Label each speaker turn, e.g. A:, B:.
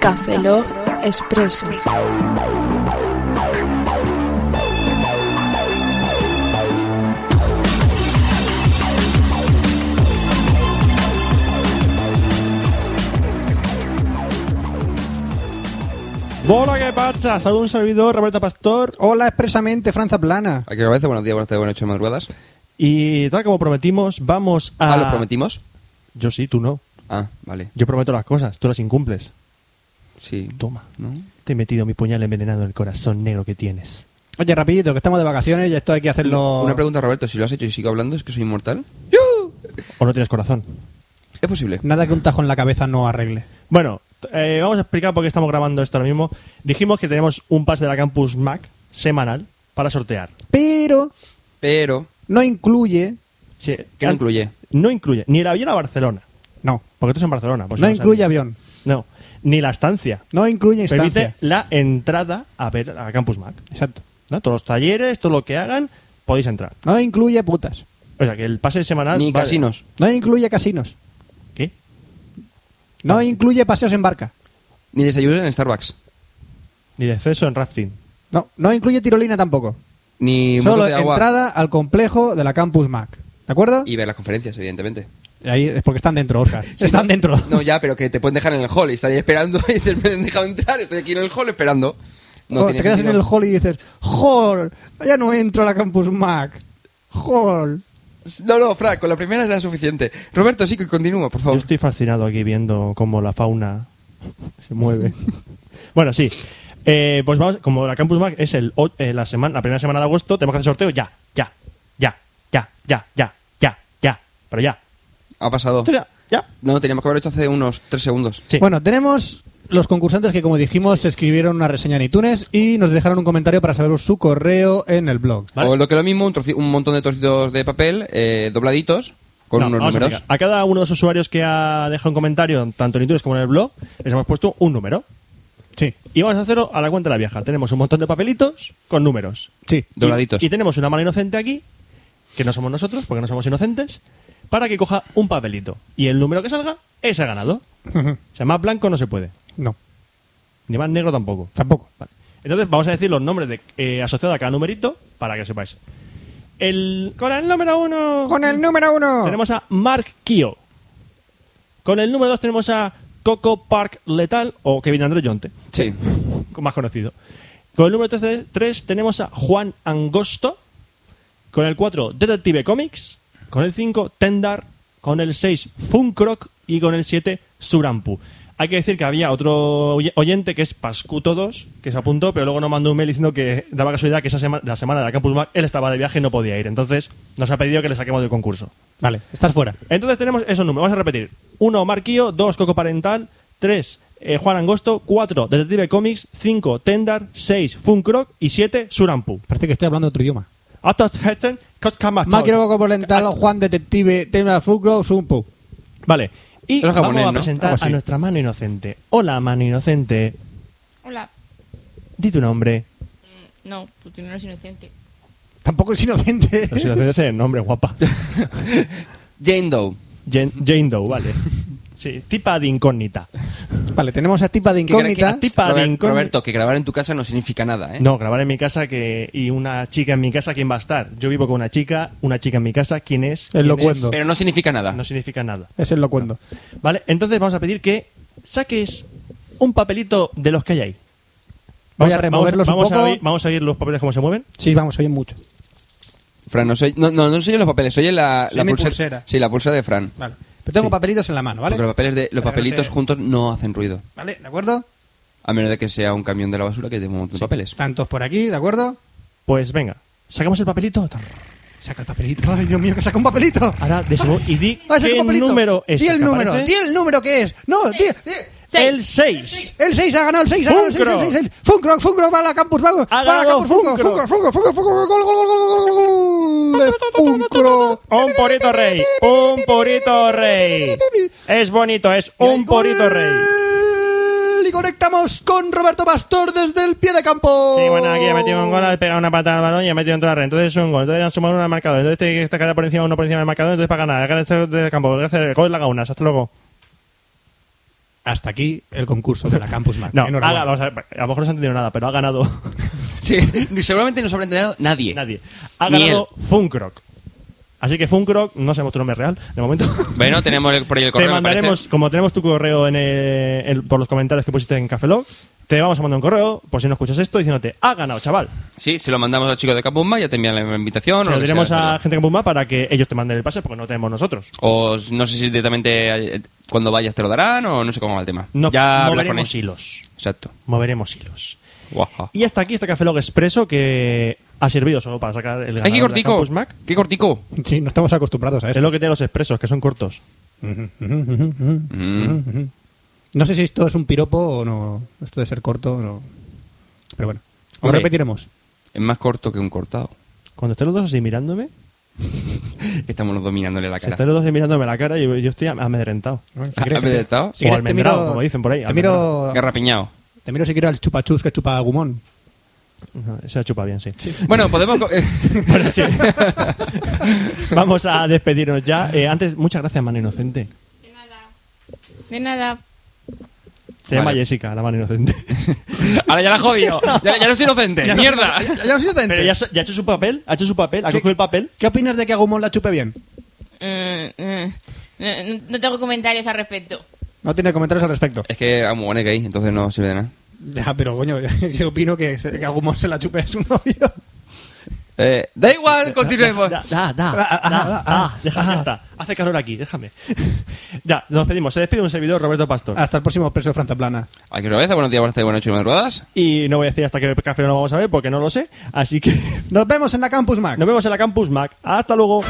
A: Café Log Expreso.
B: Hola, ¿qué pasa? Saludos un servidor, Roberto Pastor.
C: Hola, expresamente, Franza Plana.
D: Aquí otra vez, buenos días, buenas tardes, buenas noches, madrugadas.
B: Y tal como prometimos, vamos a...
D: Ah, ¿lo prometimos?
B: Yo sí, tú no.
D: Ah, vale.
B: Yo prometo las cosas, tú las incumples.
D: Sí.
B: Toma.
D: ¿No?
B: Te he metido mi puñal envenenado en el corazón negro que tienes.
C: Oye, rapidito, que estamos de vacaciones y esto hay que hacerlo...
D: Una pregunta, Roberto, si lo has hecho y sigo hablando, ¿es que soy inmortal?
B: ¿O no tienes corazón?
D: Es posible.
C: Nada que un tajo en la cabeza no arregle.
B: Bueno, t- eh, vamos a explicar por qué estamos grabando esto ahora mismo. Dijimos que tenemos un pase de la Campus Mac semanal para sortear.
C: Pero
D: Pero,
C: no incluye...
B: Sí,
D: ¿qué no
B: an-
D: incluye?
B: No incluye ni el avión a Barcelona,
C: No,
B: porque tú es en Barcelona. pues por
D: Pues
B: si
C: no
B: lo
C: incluye
B: sabías.
C: avión.
B: No, ni la estancia.
C: No incluye instancia.
B: Permite la entrada a ver a Campus Mac.
C: Exacto.
B: ¿no? Todos los talleres, todo lo que hagan, podéis entrar.
C: No incluye putas.
B: O sea, que el pase
C: Ah,
B: semanal...
D: Ni
B: vale.
D: casinos.
C: No incluye casinos.
B: ¿Qué?
D: Ah,
C: No incluye paseos en barca.
D: Ni desayunos en Starbucks.
B: Ni deceso en rafting.
C: No, no incluye tirolina tampoco.
D: Ni motos
C: Solo
D: de agua.
C: entrada al complejo de la Campus Mac. ¿De acuerdo?
D: Y ver las conferencias, evidentemente.
C: Ahí es porque están dentro, Oscar. están dentro.
D: No, ya, pero que te pueden dejar en el hall y estaría esperando y dices, me han dejado entrar, estoy aquí en el hall esperando. No
C: Oh, te
D: tiene
C: quedas en
D: sentido.
C: el hall y dices, ¡Jol! Ya no entro a la Campus Mac. ¡Jol!
D: No, no, Frank, con la primera era suficiente. Roberto, sí, que continúa, por
B: Yo
D: favor.
B: estoy fascinado aquí viendo cómo la fauna se mueve. bueno, sí. Eh, pues vamos, como la Campus Mac es el, o- eh, la, semana, la primera semana de agosto, tenemos que hacer sorteo ya, ya, ya, ya, ya, ya, ya, ya, pero ya.
D: Ha pasado.
B: Esto ya, ya.
D: No, teníamos que haberlo hecho hace unos tres segundos.
B: Sí.
C: Bueno, tenemos los concursantes que, como dijimos, escribieron una reseña en iTunes y nos dejaron un comentario para saber su correo en el blog.
B: Vale.
D: O lo que lo mismo, un, troci- un montón de trocitos de papel eh, dobladitos con
B: No,
D: unos
B: vamos a
D: números.
B: explicar. A, cada uno de los usuarios que ha dejado un comentario, tanto en iTunes como en el blog, les hemos puesto un número.
C: Sí,
B: Y vamos a hacerlo a la cuenta de la vieja. Tenemos un montón de papelitos con números.
C: sí.
B: Y-
D: Dobladitos.
B: Y, tenemos una mano inocente aquí, que no somos nosotros, porque no somos inocentes, para que coja un papelito. Y el número que salga, ese ha ganado. O sea, más blanco no se puede.
C: no,
B: Ni más negro tampoco.
C: tampoco.
B: Vale. Entonces vamos a decir los nombres de, eh, asociados a cada numerito para que lo sepáis. El, con el número uno
C: Con el número uno.
B: tenemos a Mark Kio. Con el número dos tenemos a Coco Park Letal o Kevin André Yonte,
D: Sí.
B: más conocido. Con el número 3 tenemos a Juan Angosto. Con el 4, Detective Comics. Con el 5, Tendar. Con el 6, Funkrock. Y con el 7, Surampu. Hay que decir que había otro oy- oyente que es Pascuto 2, que se apuntó, pero luego nos mandó un mail diciendo que daba casualidad que esa semana, la semana de la Campus Mac él estaba de viaje y no podía ir. Entonces nos ha pedido que le saquemos del concurso.
C: Vale, estás fuera.
B: Entonces tenemos esos números. Vamos a repetir. 1, Marquillo. 2, Coco Parental. 3, Juan Angosto. 4, Detective Comics. 5, Tendar. 6, Funkrock. Y 7, Surampu.
C: Parece que estoy hablando otro idioma.
B: Hasta Hetten, Koskamastos.
C: Más quiero coco polental, Juan Detective, Tema Fulcro, Sumpu.
B: Vale. Y
D: Los japoneses,
B: vamos a
D: ¿no?
B: presentar
D: Algo así.
B: a nuestra mano inocente. Hola, mano inocente.
E: Hola.
B: Di tu nombre.
E: No, pues tú no eres inocente.
C: Tampoco es inocente.
B: Pero si lo haces el nombre, guapa.
D: Jane Doe.
B: Jane, Jane Doe, vale. Sí, tipa de incógnita.
C: Vale, tenemos a tipa de
D: Que gra- que-
C: incógnita.
B: tipa de
D: Robert-
B: incógnita.
D: Roberto, que grabar en tu casa no significa nada, ¿eh?
B: No, grabar en mi casa que y una chica en mi casa, ¿quién va a estar? Yo vivo con una chica, una chica en mi casa, ¿quién es?
C: El
B: ¿Quién
C: locuendo.
D: Pero no significa nada.
B: es? Ah. No significa nada.
C: Es el locuendo.
B: Vale, entonces vamos a pedir que saques un papelito de los que hay ahí.
C: Voy a removerlos un
B: vamos,
C: poco.
B: A oír, vamos a oír los papeles cómo se mueven.
C: Sí, vamos, oyen mucho.
D: Fran, no soy, no, no, no soy yo los papeles, soy la,
C: Soy
D: la
C: mi
D: pulse-
C: pulsera.
D: Sí, la pulsera de Fran.
C: Vale. Pero tengo
B: Sí.
C: papelitos en la mano, ¿vale?
D: Porque los, papeles de, los
C: Para que no
D: papelitos
C: se-
D: juntos no hacen ruido.
C: Vale, ¿de acuerdo?
D: A menos de que sea un camión de la basura que lleve un montón de papeles.
C: Tantos por aquí, ¿de acuerdo?
B: Pues venga, sacamos el papelito.
C: Saca el papelito. Ay, Dios mío, que saca un papelito.
B: Ahora desimu- y di
C: Ah, saca
B: qué
C: un papelito.
B: número es.
C: Di
B: el
C: el
B: que
C: número,
B: aparece.
C: di el número que es. No, di, di-
B: El 6.
C: El 6 ha ganado el 6, ha ganado el 6, el
B: Funkrock.
C: 6, el 6. Funkrock, Funkrock, va a la Campus Vago.
B: Ha
C: va a la
B: ganado
C: Campus Funkrock,
B: Funkrock.
C: Funkrock, Funkrock, Funkrock, Funkrock, gol, gol, gol, gol, gol, gol, gol, de Funkrock.
B: Un porito rey, un porito rey. Es bonito, es
C: Y hay
B: un porito
C: gol.
B: rey.
C: Y conectamos con Roberto Pastor desde el pie de campo.
B: Sí, bueno, aquí ha metido un gol, ha pegado una patada al balón y ha metido en toda la red. Entonces es un gol. Entonces han sumado uno al marcador. Entonces tiene que estar cada por encima, este uno por encima del marcador. Entonces para ganar. Acá esto de campo. Gracias, gol de la Gaunas. Hasta luego.
C: Hasta aquí el concurso de la Campus Mac.
B: No, ha-
C: Enhorabuena.
B: vamos a, ver, a lo mejor no se ha entendido nada, pero ha ganado
D: Sí, seguramente no se habrá enterado nadie.
B: nadie. Ha
D: Ni
B: ganado Funkrock. Así que Funkrock, no sabemos tu nombre real, de momento.
D: Bueno, tenemos el, por ahí el correo.
B: te
D: me
B: mandaremos,
D: parece.
B: como tenemos tu correo en el- en- por los comentarios que pusiste en Cafelog, te vamos a mandar un correo, por si no escuchas esto, diciéndote, ha ganado, chaval.
D: Sí, se lo mandamos a los chicos de Capumba, ya te envían la invitación.
B: Se
D: o
B: lo
D: que
B: diremos
D: sea.
B: a gente que Pumba para que ellos te manden el pase, porque no lo tenemos nosotros.
D: O no sé si directamente eh, cuando vayas te lo darán o no sé cómo va el tema.
B: No,
D: ya hablas con
B: moveremos
D: ellos.
B: hilos.
D: Exacto.
B: Moveremos hilos.
D: Guau.
B: Y hasta aquí este Café Log Expreso que ha servido solo para sacar el
D: Ay, qué
B: ganador de
D: cortico.
B: Campus Mac.
D: Qué cortico.
C: Sí, no estamos acostumbrados a
B: Es
C: esto.
B: lo que tienen los expresos, que son cortos.
C: Ujú, ujú, ujú, ujú.
D: Mm.
C: No sé si esto es un piropo o no. Esto de ser corto, no. Pero bueno, lo
D: Hombre.
C: repetiremos.
D: Es más corto que un cortado.
B: Cuando estén los dos así mirándome,
D: Estamos los dos mirándole la cara.
B: están los dos así mirándome la cara y yo, yo estoy amedrentado.
C: Bueno,
D: Ah,
C: quieres que te-
D: ¿apetitado?
C: si quieres
B: O
C: te
B: almendrado,
C: miro-
B: como dicen por ahí,
C: Te miro,
D: Garrapiñado.
C: te miro si quiero al chupachus que chupa Gumón.
B: Ajá, Se la chupa bien, sí.
D: Bueno, podemos. co- eh,
B: Bueno, sí. Vamos a despedirnos ya. Eh, antes, muchas gracias, mano inocente.
E: De nada.
B: Se llama
D: Vale.
B: Jessica, la mano inocente.
D: Ahora ya la he jodido. Ya, ya no soy inocente. ¡Mierda!
B: Pero ya, se- ya ha hecho su papel, ha hecho su papel, ha
C: ¿Qué-
B: cogido el papel.
C: ¿Qué opinas de que a Gumón la chupe bien?
E: Eh, eh, eh, no tengo comentarios al respecto.
C: No tiene comentarios al respecto.
D: Es que era muy bueno que hay, entonces no sirve de nada.
C: Ya, pero coño, yo opino que, se- que a Gumón se la chupe a su novio.
D: Eh, da igual, continuemos.
B: Da, da, da,
C: Ah,
B: da, da, deja, ya está. Hace calor aquí, déjame. ya, nos pedimos. Se despide un servidor, Roberto Pastor.
C: Hasta el próximo expreso de Franza Plana.
D: Aquí una vez, buenos días, buenas tardes, buenas noches y buenas madrugadas.
B: Y no voy a decir hasta qué café no lo vamos a ver porque no lo sé. Así que
C: Nos vemos en la Campus Mac.
B: nos vemos en la Campus Mac. Hasta luego.